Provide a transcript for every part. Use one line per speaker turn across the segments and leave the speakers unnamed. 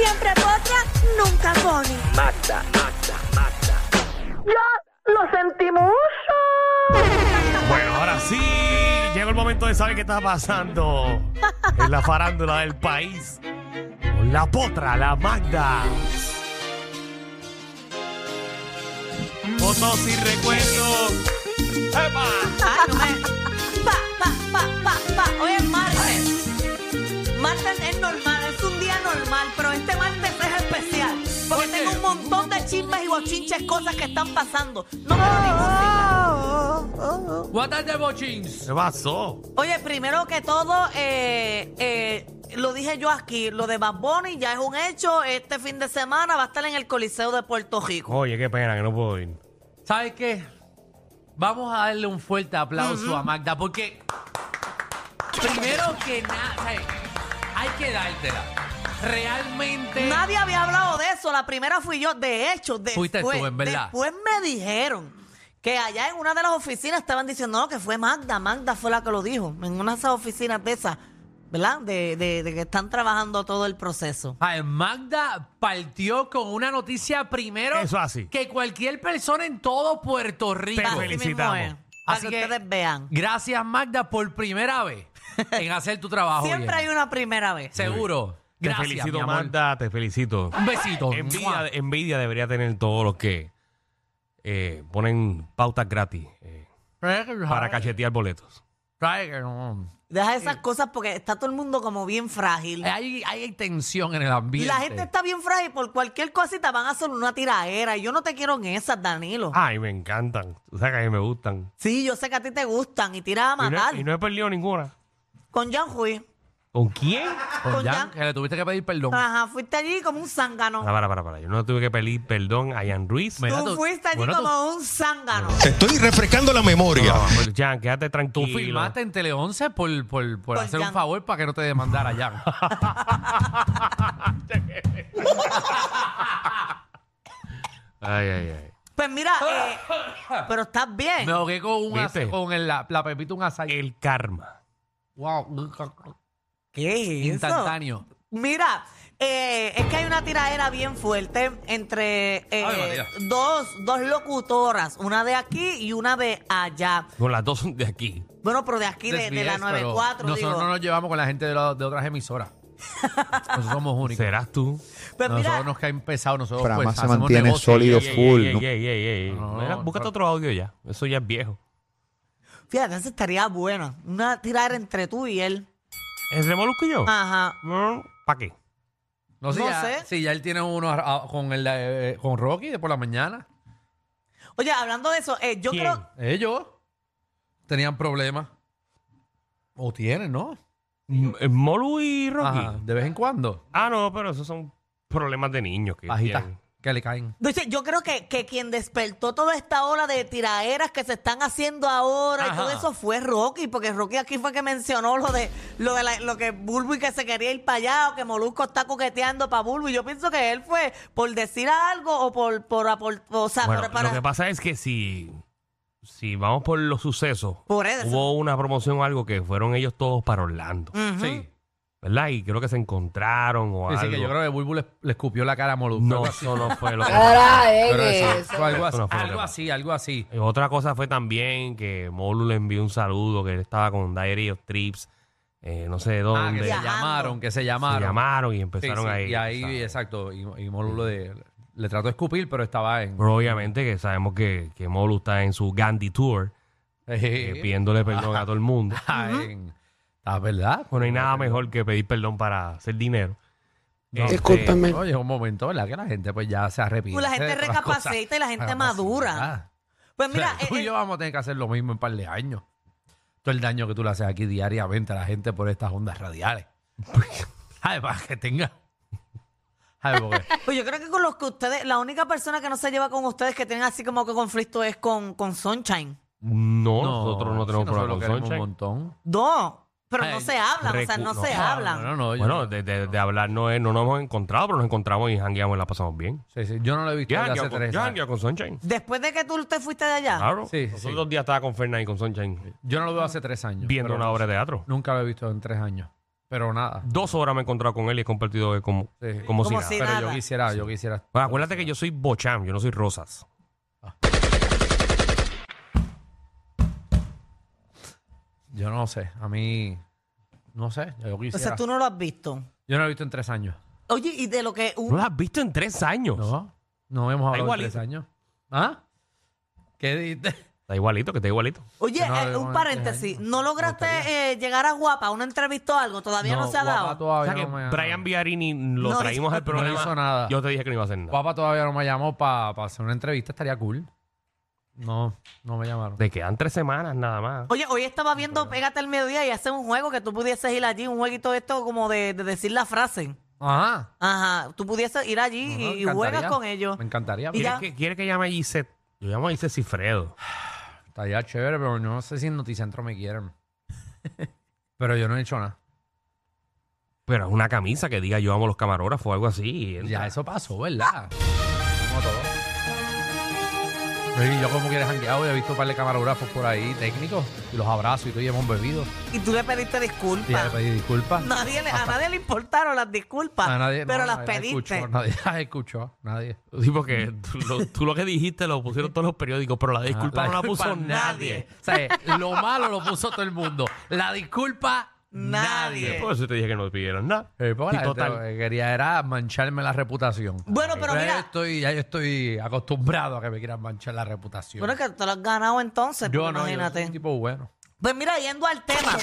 Siempre potra, nunca pony.
Bueno, ahora sí, llegó el momento de saber qué está pasando en la farándula del país. Con la potra, la Magda. Fotos y recuerdos. ¡Epa!
Ay, no me... Pa, pa, pa, pa, pa. Hoy es martes. Martes es normal, es un día normal, pero este martes es especial. Porque tengo un montón de chismes y bochinches, cosas que están pasando. No me lo digo.
Oh.
Guatas de bochins.
¿Qué pasó?
Oye, primero que todo, eh, eh, lo dije yo aquí, lo de Bad Bunny ya es un hecho. Este fin de semana va a estar en el Coliseo de Puerto Rico.
Oye, qué pena que no puedo ir.
¿Sabes qué? Vamos a darle un fuerte aplauso a Magda porque primero que nada, ¿sabes? hay que dártela. Realmente
Nadie había hablado de eso. La primera fui yo. De hecho, después,
Fuiste tú, en verdad.
después me dijeron que allá en una de las oficinas estaban diciendo no, que fue Magda. Magda fue la que lo dijo. En una de esas oficinas de esas, ¿verdad? De, de- de que están trabajando todo el proceso.
¿sabes? Magda partió con una noticia primero
Eso así.
que cualquier persona en todo Puerto Rico.
Te
Así
felicito.
mismo es.
felicitamos.
Para
Así
que
que-
ustedes vean.
Gracias Magda por primera vez en hacer tu trabajo.
Siempre hay
bien.
una primera vez.
Seguro.
te
Gracias,
felicito,
mi amor.
Magda, te felicito.
Un besito.
Envidia, envidia debería tener todos los que eh, ponen pautas gratis eh, para
Para
cachetear boletos.
Deja esas cosas porque está todo el mundo como bien frágil.
Hay, hay tensión en el
Y
Eh, ambiente.
la gente está bien frágil por cualquier cosita van a hacer una tiraera. Y yo no te quiero en esas, Danilo.
Ah.
Ay, me encantan. O sea, que a mí me gustan.
Sí, yo sé que a ti te gustan y tiras a
Y no,
matar.
he- y no he perdido ninguna.
Con Jan Hui.
¿Con quién? Ah,
Con
Con Ah.
Jan,
Jan.
que le tuviste que pedir perdón.
Ajá, fuiste allí como un zángano.
Ah, para, para, para. Yo no tuve que pedir perdón a Ian Ruiz.
Mira,
tú
tú-
fuiste allí
bueno, tú-
como un zángano.
Te estoy refrescando la memoria.
No, pues, Jan, quédate
Tú
tranquilo.
firmaste en Tele 11 por, por, por
Por
hacer
Jan.
un favor para que no te demandara Jan.
Ay, ay, ay.
Pues mira,
Ah.
eh, pero estás bien.
Me ahogué con, un
¿Viste?
ace- con el- la, la pepita un azaí.
El karma.
Wow.
¿Qué es eso?
Instantáneo.
Mira, eh, es que hay una tiraera bien fuerte entre eh,
Ay, María.
dos, dos locutoras, una de aquí y una de allá.
Con las dos son de aquí.
Bueno, pero de aquí, de, de
Desvíes,
la
pero
94,
Nosotros
digo.
no nos llevamos con la gente de, la- de otras emisoras. Nosotros somos únicos.
¿Serás tú?
Pues
Nosotros
mira,
nos caen pesados. Nosotros
Pero
pues,
además se
hacemos
mantiene
negocio.
sólido. Yo
Ey, ey,
full,
ey,
no.
ey, ey, ey.
No,
Mira,
no.
búscate otro audio ya. Eso ya es viejo.
fíjate, esa estaría buena. Una tiraera entre tú y él.
¿Entre Molusco y yo?
Ajá.
¿Para qué?
No, sé,
No
ya,
sé.
Sí, ya él tiene uno a- a- con, el, eh, con Rocky de por la mañana.
Oye, hablando de eso, eh, yo
¿Quién?
creo...
Ellos tenían problemas. O tienen, ¿no?
M- eh, ¿Molu y Rocky?
Ajá, de vez en cuando.
Ah, no, pero esos son problemas de niños. Que
Pajitas
tienen.
que le caen.
De hecho, yo creo que, que quien despertó toda esta ola de tiraeras que se están haciendo ahora y
Ajá.
todo eso fue Rocky, porque Rocky aquí fue que mencionó lo de lo de la- lo que Bulbo y que se quería ir para allá o que Molusco está coqueteando para Bulbo. Y yo pienso que él fue por decir algo o por, por, apor- o sea,
Bueno,
por- para-
lo que pasa es que si, si vamos por los sucesos,
Por eso.
hubo una promoción o algo que fueron ellos todos para Orlando,
Ujú.
Sí.
¿verdad? Y creo que se encontraron o
Dice
algo.
que yo creo que Bulbul le, le escupió la cara a Molusco.
No,
algo así.
eso no fue lo que
Pero eso- fue algo,
Eso
así,
no fue lo que
algo
pasó.
así, algo así.
Y Otra cosa fue también que Molu le envió un saludo, que él estaba con Diary of Trips, eh, no sé de
Ah,
dónde.
que se
se
Viajando.
llamaron, que se llamaron.
llamaron y
Sí,
empezaron
sí,
ahí.
Y ahí,
¿sabes?
exacto. Y, y Molu lo de, le trató de escupir, pero estaba en.
Pero obviamente que sabemos que, que Molu está en su Gandhi Tour, eh, pidiéndole perdón a todo el mundo.
Ah, en- Ah, verdad.
Bueno, no hay nada mejor que pedir perdón para hacer dinero. Este,
Discúlpame.
Oye, es un momento, ¿verdad? Que la gente pues ya se arrepiente.
Pues la gente
de todas las
recapacita
cosas.
y la gente
Recapacita.
madura. Pues
O
mira,
sea,
eh,
tú y
eh,
yo vamos a tener que hacer lo mismo en un par de años. Todo el daño que tú le haces aquí diariamente a la gente por estas ondas radiales. Ay, para que tenga. Ay, porque-
pues yo creo que con los que ustedes, la única persona que no se lleva con ustedes que tienen así como que conflicto es con, con Sunshine.
no, nosotros no
sí,
tenemos
nosotros
problema
lo
con
queremos
Sunshine.
un montón.
Dos. Pero
Ay,
no se hablan, o sea, no,
recu-
se
no,
hablan.
No, no, no, yo
Bueno,
no.
de, de- de hablar no, es, no nos hemos encontrado, pero nos encontramos y jangueamos y la pasamos bien.
Sí, sí, yo no lo he visto
Yo
desde hace
jangueo con,
tres
yo
años.
jangueo con Sunshine.
Después de que tú te fuiste de allá.
Claro.
Sí,
Los
sí.
otros días estaba con Fernández y con Sunshine
Yo no lo veo hace tres años.
viendo
pero
una
no
obra
sé.
de teatro.
Nunca lo he visto en tres años. Pero nada.
Dos horas me he encontrado con él y he compartido de como,
Sí.
como si
Como
nada.
si-
Pero yo
nada.
quisiera, yo quisiera.
Bueno, acuérdate que yo soy Bocham, yo no soy Rosas.
Yo no sé. A mí. No sé. Yo
O
quisiera.
sea, tú no lo has visto.
Yo no lo he visto en tres años.
Oye, y de lo que... un-
No las has visto en tres años.
No. No hemos hablado en
igualito.
tres años. ¿Ah? ¿Qué diste?
Está igualito, que está igualito.
Oye,
Que no
eh,
lo vemos
un
en
paréntesis.
tres años.
¿No lograste
Me
eh, llegar a Guapa, una entrevista o algo? ¿Todavía no, se ha
guapa
dado?
O sea
Todavía
que
no me ha-
Brian Biarini lo
No
traímos
hizo-
al programa.
hizo nada.
Yo te dije que no iba a hacer nada.
Guapa todavía no me llamó para hacer una entrevista. Estaría cool. No, no me llamaron.
Te quedan tres semanas nada más.
Oye, hoy estaba viendo Pégate al Mediodía y hace un juego que tú pudieses ir allí, un jueguito de esto como de, de decir la frase.
Ajá.
Ajá, tú pudieses ir allí
No,
y-
no,
y, juegas
encantaría.
con ellos.
Ah, Me encantaría.
Y
pero
ya.
¿Quieres que, quiere que llame a Gisette? Yo llamo a Gisette Cifredo.
Estaría chévere, pero no sé si en Noticentro me quieren. pero yo no he hecho nada.
Pero es una camisa que diga yo amo los camarógrafos o algo así. y entra.
Ya eso pasó, ¿verdad? Como todo. Sí, yo como quieres jangueado, yo he visto un par de camarógrafos por ahí, técnicos, y los abrazo y tú y hemos bebido.
Y tú le pediste disculpas.
Y ya le pedí disculpas.
Nadie le- a nadie le importaron las disculpas,
A nadie-
pero
no,
las
nadie
pediste.
Escuchó, nadie las escuchó, nadie.
Sí, porque tú lo, tú lo que dijiste lo pusieron todos los periódicos, pero la disculpa no la
Ah, disculpa
puso nadie.
nadie. O sea, lo malo lo puso todo el mundo. La disculpa,
Nadie.
nadie.
Por eso te dije que no pidieron nada.
Eh, pues,
Y
la gente lo
total,
que quería era mancharme la reputación.
Bueno, pero
Ya
mira-
yo estoy, ya yo estoy acostumbrado a que me quieran manchar la reputación.
Bueno, que te lo has ganado entonces,
yo
porque
no, yo soy
imagínate.
un tipo bueno.
Pues mira, yendo al tema,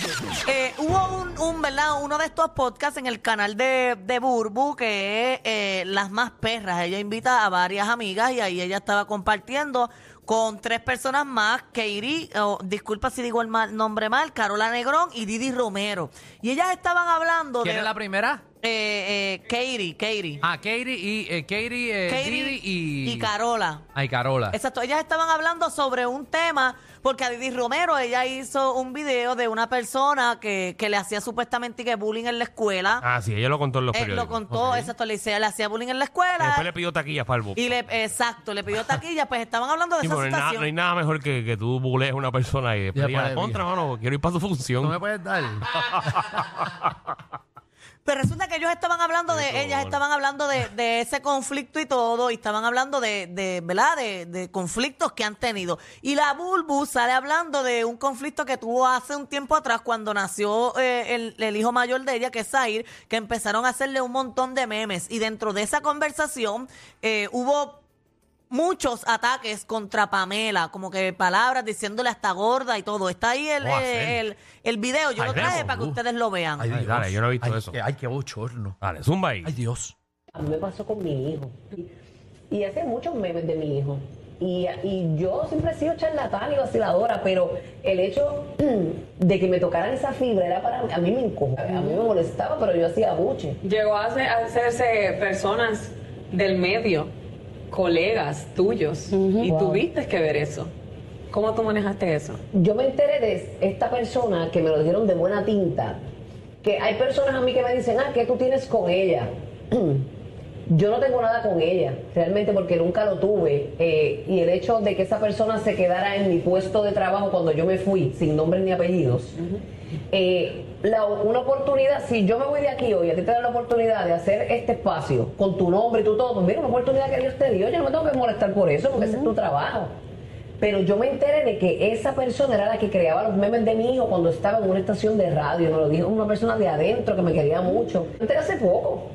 eh, hubo un, un, ¿verdad? Uno de estos podcasts en el canal de, de Burbu que es eh, Las Más Perras. Ella invita a varias amigas y ahí ella estaba compartiendo con tres personas más, Keiri, oh, disculpa si digo el mal- nombre mal, Carola Negrón y Didi Romero. Y ellas estaban hablando
¿Quién
de...
es la primera?
eh, eh, Keiri, Keiri.
Ah, Katie y eh, Katie, eh, Didi y,
y Carola.
Ay, Carola.
Exacto, ellas estaban hablando sobre un tema, porque a Didi Romero, ella hizo un video de una persona que, que le hacía supuestamente que bullying en la escuela.
Ah, sí, ella lo contó en los
Eh,
periódicos.
lo contó, exacto, le, hice- le hacía bullying en la escuela.
Después le pidió taquillas para el bus.
y le, exacto, le pidió taquilla, pues estaban hablando de
Sí,
esa
pero no, hay nada,
situación.
no hay nada mejor que, que tú bulees a una persona y después
Ya
digas,
puede,
contra, mano, quiero ir para su
¿No
función.
me puedes dar?
Pero resulta que ellos estaban hablando de, ellas estaban hablando de, de ese conflicto y todo, y estaban hablando de, de ¿verdad? De, de conflictos que han tenido. Y la Bulbu sale hablando de un conflicto que tuvo hace un tiempo atrás cuando nació eh, el, el hijo mayor de ella, que es Zair, que empezaron a hacerle un montón de memes. Y dentro de esa conversación eh, hubo muchos ataques contra Pamela, como que palabras diciéndole hasta gorda y todo. Está ahí el,
Oh,
eh,
hacer.
el, el video, yo
Ahí
lo traje
vemos,
para que
uh.
ustedes lo vean.
Ay, dale, yo no he visto
Ay,
eso.
qué- ay, qué bochorno.
Dale, zumba ahí.
Ay, Dios.
A mí me pasó con mi hijo. Y hace muchos memes de mi hijo. Y, y yo siempre he sido charlatana y vaciladora, pero el hecho de que me tocaran esa fibra era para mí, a mí me encojo, a mí me molestaba, pero yo hacía buche.
Llegó a hacer- a hacerse personas del medio, colegas tuyos, y tuviste que ver eso. ¿Cómo tú manejaste eso?
Yo me enteré de esta persona que me lo dijeron de buena tinta, que hay personas a mí que me dicen, ah, ¿qué tú tienes con ella? Yo no tengo nada con ella, realmente porque nunca lo tuve. eh, y el hecho de que esa persona se quedara en mi puesto de trabajo cuando yo me fui, sin nombres ni apellidos, eh, la- una oportunidad, si yo me voy de aquí hoy, a ti te dan la oportunidad de hacer este espacio con tu nombre y tu todo, pues mira, una oportunidad que Dios te dio, yo no me tengo que molestar por eso, porque ese es tu trabajo.
Pero yo me enteré de que esa persona era la que creaba los memes de mi hijo cuando estaba en una estación de radio. Me lo dijo una persona de adentro que me quería mucho. Me enteré hace poco.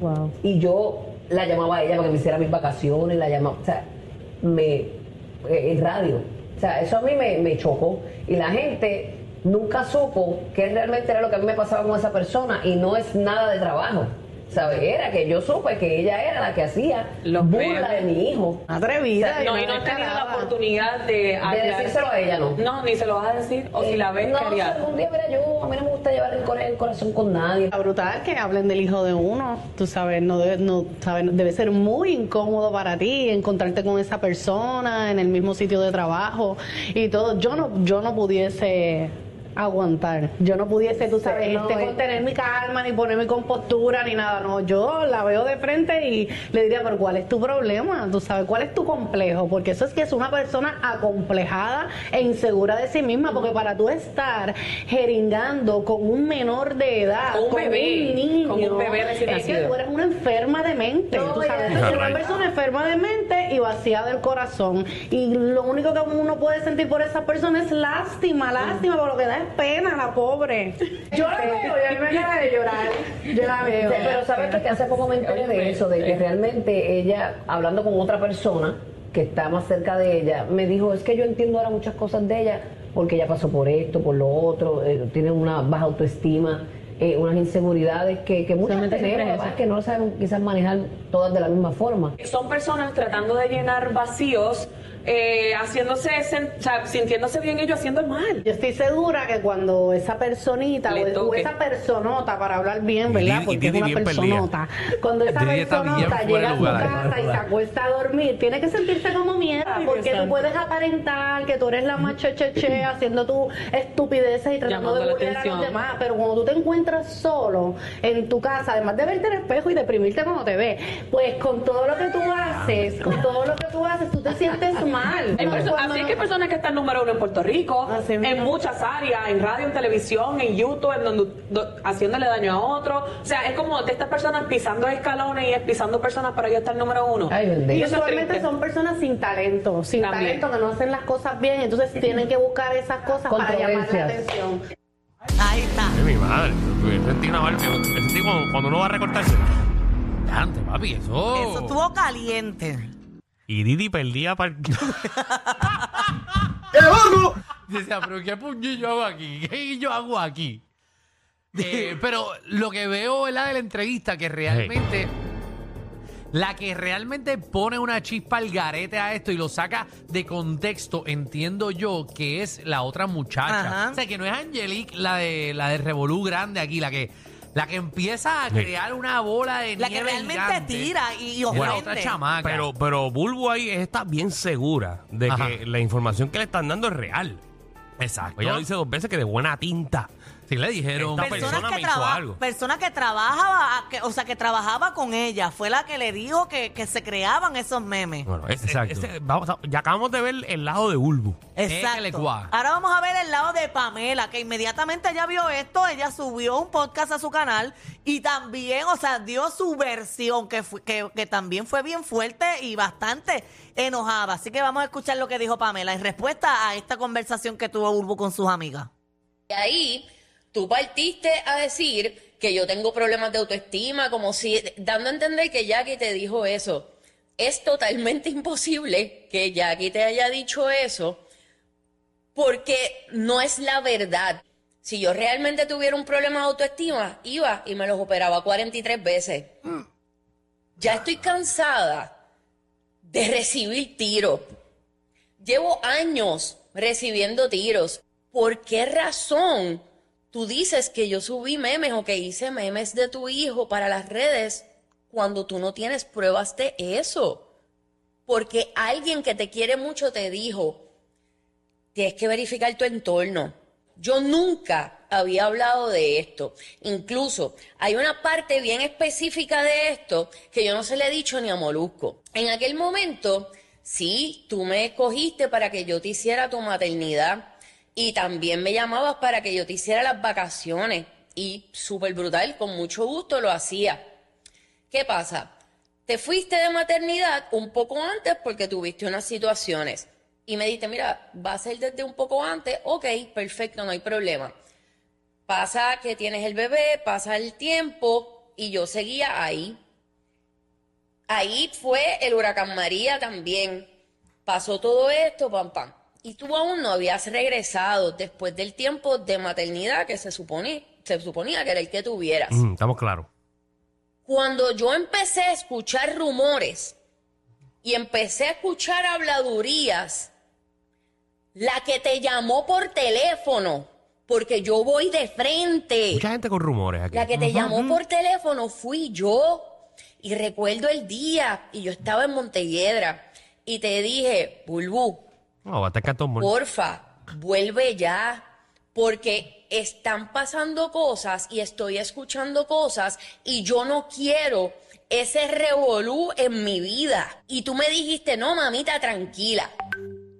Wow.
Y yo la llamaba a ella para que me hiciera mis vacaciones, la llamaba, o sea, me, eh, en radio. O sea, eso a mí me, me chocó. Y la gente nunca supo qué realmente era lo que a mí me pasaba con esa persona y no es nada de trabajo. ¿Sabes? Era que yo supe que ella era la que hacía
Los
burla
memes.
de mi hijo.
Atrevida.
No, y no has tenido la oportunidad de hablar.
decírselo a ella, ¿no?
No, ni se lo vas a decir. O si la ves,
no,
¿qué harías?
algún día, mira, yo a mí no me gusta llevar el, cora- el corazón con nadie.
Está brutal que hablen del hijo de uno, tú sabes, no debe, no, sabes, debe ser muy incómodo para ti encontrarte con esa persona en el mismo sitio de trabajo y todo. Yo no, yo no pudiese aguantar, yo no pudiese, tú sabes,
Sí, no,
este,
eh.
contener mi calma, ni poner mi compostura, ni nada, no, yo la veo de frente y le diría, pero ¿cuál es tu problema? Tú sabes, ¿cuál es tu complejo? Porque eso es que es una persona acomplejada e insegura de sí misma, porque para tú estar jeringando con un menor de edad,
Con un bebé,
Ah, un niño.
con un bebé recién
es que
nacido.
tú eres una enferma de mente.
No,
tú
ya.
sabes, tú eres una persona enferma de mente y vacía del corazón. Y lo único que uno puede sentir por esa persona es lástima, lástima, por lo que da es pena, la pobre. Yo la veo y a mí me cae de llorar. Yo la veo.
Pero sabes que hace poco me enteré de eso, de que realmente ella, hablando con otra persona que está más cerca de ella, me dijo, es que yo entiendo ahora muchas cosas de ella, porque ella pasó por esto, por lo otro, eh, tiene una baja autoestima, eh, unas inseguridades que, que muchas
Solamente
tenemos,
siempre es
lo que pasa
eso.
es que no las saben quizás manejar todas de la misma forma.
Son personas tratando de llenar vacíos, eh, haciéndose, sen- o sea, sintiéndose bien ellos haciendo el mal.
Yo estoy segura que cuando esa personita
Le
o- o,
toque.
esa personota, para hablar bien, ¿verdad?
Didi- y
Porque es
Didi
una
bien perdida.
personota. Cuando esa
Didi está bien
personota
fuera
llega a
de
su
lugar.
casa y se acuesta a dormir, tiene que sentirse como mierda.
Ay, Dios
Porque tú
santo.
puedes aparentar que tú eres la más checheche haciendo tu estupideces y tratando
Llamando
de
la
burlar a los
atención.
demás. Pero cuando tú te encuentras solo en tu casa, además de verte en el espejo y deprimirte cuando te ves, pues con todo lo que tú haces, con todo lo que tú haces, tú te sientes mal.
Hay perso-
Cuando
así es
no-
que hay personas que están número uno en Puerto Rico,
Así mismo.
en muchas áreas, en radio, en televisión, en YouTube, en donde do- haciéndole daño a otro. O sea, es como de estas personas pisando escalones y pisando personas para yo estar número uno.
Ay, bendito.
Y
eso es
usualmente
triste.
son personas sin talento, sin
También.
talento, que no hacen las cosas bien, entonces tienen que buscar esas cosas para llamar la
Controversias.
atención.
Ahí está.
Ay, mi madre. Me sentí una barbie. Me sentí cuando, cuando uno va a recortarse. Antes, papi, eso.
Eso estuvo caliente.
Y Didi perdía para.
Decía, pero ¿qué puño yo hago aquí? ¿Qué yo hago aquí? Eh, pero lo que veo ¿verdad? de la entrevista, que realmente. La que realmente pone una chispa al garete a esto y lo saca de contexto, entiendo yo, que es la otra muchacha.
Ajá.
O sea, que no es Angelique la de la de Revolú grande aquí, la que la que empieza a
Sí.
crear una bola de
La que
nieve
realmente
gigante.
tira y, y
Es la
ofende.
otra chamaca.
Pero, pero Bulbo ahí está bien segura de
Ajá.
que la información que le están dando es real.
exacto.
Ella lo dice dos veces que de buena tinta.
Sí, le dijeron.
Esta
pero-
persona
Personas que,
me hizo
traba-
algo.
persona que trabajaba, que- o sea, que trabajaba con ella, fue la que le dijo que, que se creaban esos memes.
Bueno, ese-
Exacto.
ese- vamos a- ya acabamos de ver el lado de Bulbo.
Écale,
Exacto.
cuá.
Ahora vamos a ver el lado de Pamela, que inmediatamente ella vio esto, ella subió un podcast a su canal y también, o sea, dio su versión, que, fu- que, que también fue bien fuerte y bastante enojada. Así que vamos a escuchar lo que dijo Pamela en respuesta a esta conversación que tuvo Urbo con sus amigas.
Y ahí tú partiste a decir que yo tengo problemas de autoestima, como si dando a entender que Jackie te dijo eso. Es totalmente imposible que Jackie te haya dicho eso porque no es la verdad. Si yo realmente tuviera un problema de autoestima, iba y me los operaba 43 veces. Ya estoy cansada de recibir tiros. Llevo años recibiendo tiros. ¿Por qué razón tú dices que yo subí memes o que hice memes de tu hijo para las redes cuando tú no tienes pruebas de eso? Porque alguien que te quiere mucho te dijo, tienes que verificar tu entorno. Yo nunca había hablado de esto. Incluso hay una parte bien específica de esto que yo no se le he dicho ni a Molusco. En aquel momento, sí, tú me escogiste para que yo te hiciera tu maternidad y también me llamabas para que yo te hiciera las vacaciones y súper brutal, con mucho gusto lo hacía. ¿Qué pasa? Te fuiste de maternidad un poco antes porque tuviste unas situaciones. y me dijiste, mira, va a ser desde un poco antes, ok, perfecto, no hay problema. Pasa que tienes el bebé, pasa el tiempo y yo seguía ahí. Ahí fue el huracán María también. Pasó todo esto, pam, pam. Y tú aún no habías regresado después del tiempo de maternidad que se, supone, se suponía que era el que tuvieras.
Mm, estamos claros.
Cuando yo empecé a escuchar rumores y empecé a escuchar habladurías, la que te llamó por teléfono, porque yo voy de frente.
Mucha gente con rumores aquí.
La que te
Ujú.
llamó por teléfono fui yo. Y recuerdo el día, y yo estaba en Montelledra, y te dije, Bulbú,
No, va a estar Cantón Mall.
porfa, vuelve ya, porque están pasando cosas y estoy escuchando cosas y yo no quiero ese revolú en mi vida. Y tú me dijiste, no, mamita, tranquila.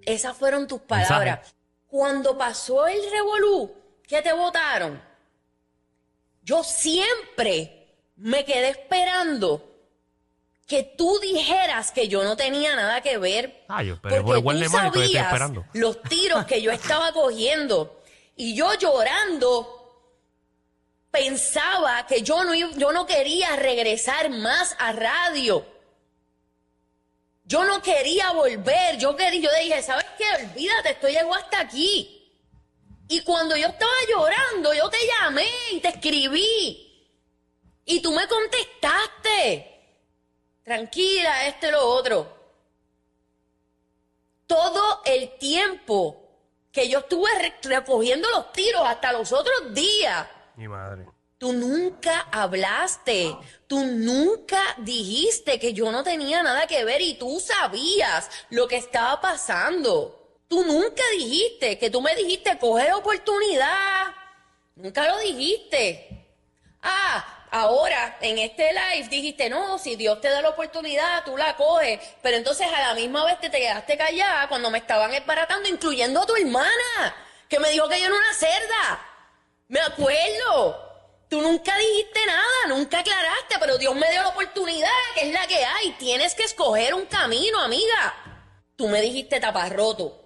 Esas fueron tus palabras. Cuando pasó el revolú, que te votaron? Yo siempre me quedé esperando que tú dijeras que yo no tenía nada que ver
Ah, yo esperé
porque
por el buen
tú
de Mario, todavía estoy
sabías
esperando.
los tiros que yo estaba cogiendo y yo llorando pensaba que yo no, iba- yo no quería regresar más a radio. Yo no quería volver, yo quería, yo dije, ¿sabes qué? Olvídate, esto llegó hasta aquí. Y cuando yo estaba llorando, yo te llamé y te escribí. Y tú me contestaste. Tranquila, esto y lo otro todo el tiempo que yo estuve re- recogiendo los tiros hasta los otros días,
Mi madre.
tú nunca hablaste, tú nunca dijiste que yo no tenía nada que ver y tú sabías lo que estaba pasando. Tú nunca dijiste que tú me dijiste coger oportunidad. Nunca lo dijiste. Ah, ahora en este live dijiste, no, si Dios te da la oportunidad, tú la coges. Pero entonces a la misma vez te, te quedaste callada cuando me estaban esbaratando, incluyendo a tu hermana, que me dijo que yo era una cerda. Me acuerdo. Tú nunca dijiste nada, nunca aclaraste, pero Dios me dio la oportunidad, que es la que hay. Tienes que escoger un camino, amiga. Tú me dijiste taparroto.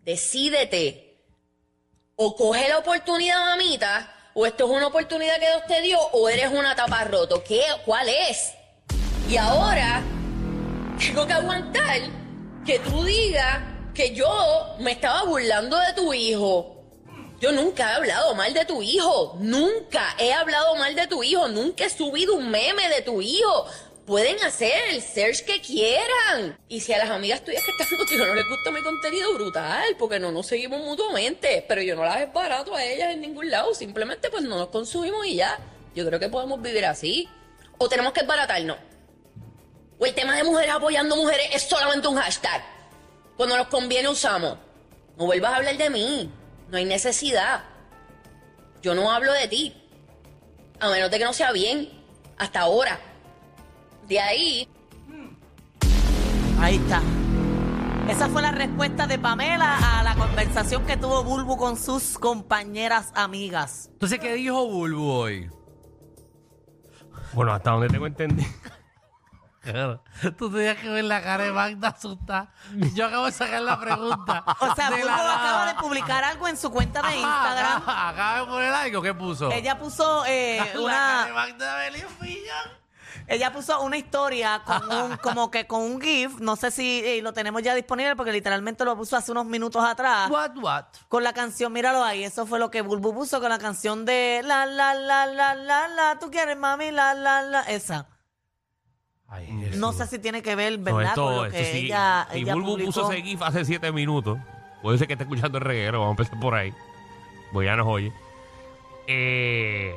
Decídete o coge la oportunidad, mamita, o esto es una oportunidad que Dios te dio, o eres una tapa roto. ¿Qué? ¿Cuál es? Y ahora tengo que aguantar que tú digas que yo me estaba burlando de tu hijo. Yo nunca he hablado mal de tu hijo. Nunca he hablado mal de tu hijo. Nunca he subido un meme de tu hijo. Pueden hacer el search que quieran. Y si a las amigas tuyas que están contigo no les gusta mi contenido, brutal, porque no nos seguimos mutuamente. Pero yo no las he barato a ellas en ningún lado. Simplemente pues no nos consumimos y ya. Yo creo que podemos vivir así. O tenemos que baratarnos. O el tema de mujeres apoyando mujeres es solamente un hashtag. Cuando nos conviene usamos. No vuelvas a hablar de mí. No hay necesidad. Yo no hablo de ti. A menos de que no sea bien. Hasta ahora. De ahí
Ahí está. Esa fue la respuesta de Pamela a la conversación que tuvo Bulbu con sus compañeras amigas.
Entonces, ¿qué dijo Bulbu hoy?
Bueno, hasta donde tengo entendido.
Tú tenías que ver la cara de Magda asustada. Yo acabo de sacar la pregunta.
O sea,
De
Bulbu
la
acaba
nada.
de publicar algo en su cuenta de Instagram.
Ajá, Acaba de poner algo. ¿Qué puso?
Ella puso eh,
La cara de
una
Magda Belén Filla.
ella puso una historia con un como que con un gif, no sé si eh, lo tenemos ya disponible porque literalmente lo puso hace unos minutos atrás.
What, what?
Con la canción, míralo ahí, eso fue lo que Bulbu puso con la canción de la la la la la la, tú quieres mami la la la esa.
Ay,
No sé si tiene que ver, ¿verdad? con lo que ella,
si
ella
Bulbu puso
publicó.
ese GIF hace siete minutos, puede ser que esté escuchando el reguero, vamos a empezar por ahí. Pues ya nos oye. Eh,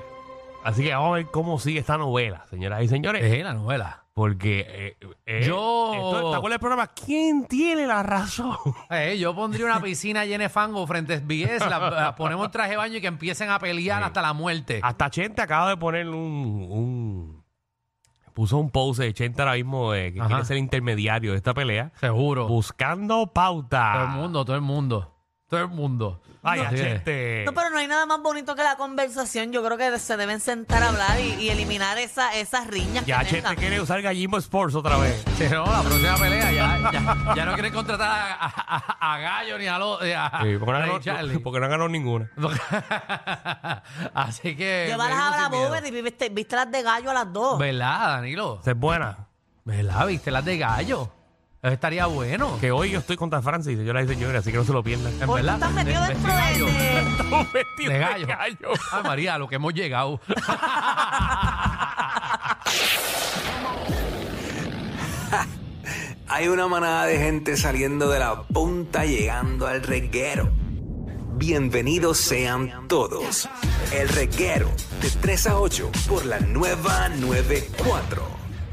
así que vamos a ver cómo sigue esta novela, señoras y señores.
Es la novela.
Porque eh, eh,
Eh, Yo-
esto- ¿Te acuerdas del programa? ¿Quién tiene la razón?
Eh, yo pondría una piscina llena de fango frente a SBS, la, la ponemos en traje de baño y que empiecen a pelear Ah, hasta la muerte.
Hasta Chente acaba de poner un, un- Puso un post de Chente ahora mismo de que
Ajá.
quiere ser intermediario de esta pelea.
Seguro.
Buscando pauta.
Todo el mundo, todo el mundo. Todo el mundo.
Ay,
Así que-
gente.
No, pero no hay nada más bonito que la conversación. Yo creo que se deben sentar a hablar y, y eliminar esa, esas riñas.
Ya
que
Chet te
tengan.
quiere usar Gallimbo Sports otra vez.
Sí, no, la próxima pelea ya, ya, ya no quieren contratar a, a- a- a Gallo ni a, lo, eh, a,
Sí, porque, no
a
ganó-
Ray Charles.
porque no han ganado ninguna.
Así que.
Llévalas
seguimos
a la
sin miedo.
bóveda y viste, viste las de gallo a las dos.
¿Verdad, Danilo?
Esa es buena.
¿Verdad? ¿Viste las de Gallo? Eso estaría bueno.
Que hoy yo estoy contra Francis. Yo la hice señora, así que no se lo pierdan.
Hoy
En
tú
verdad.
estás metido
de- de
dentro
gallo.
de...
Estamos vestidos
De gallo. Ay, María, a lo que hemos llegado.
Hay una manada de gente saliendo de la punta llegando al reguero. Bienvenidos sean todos. El reguero de 3 a 8 por la nueva 94.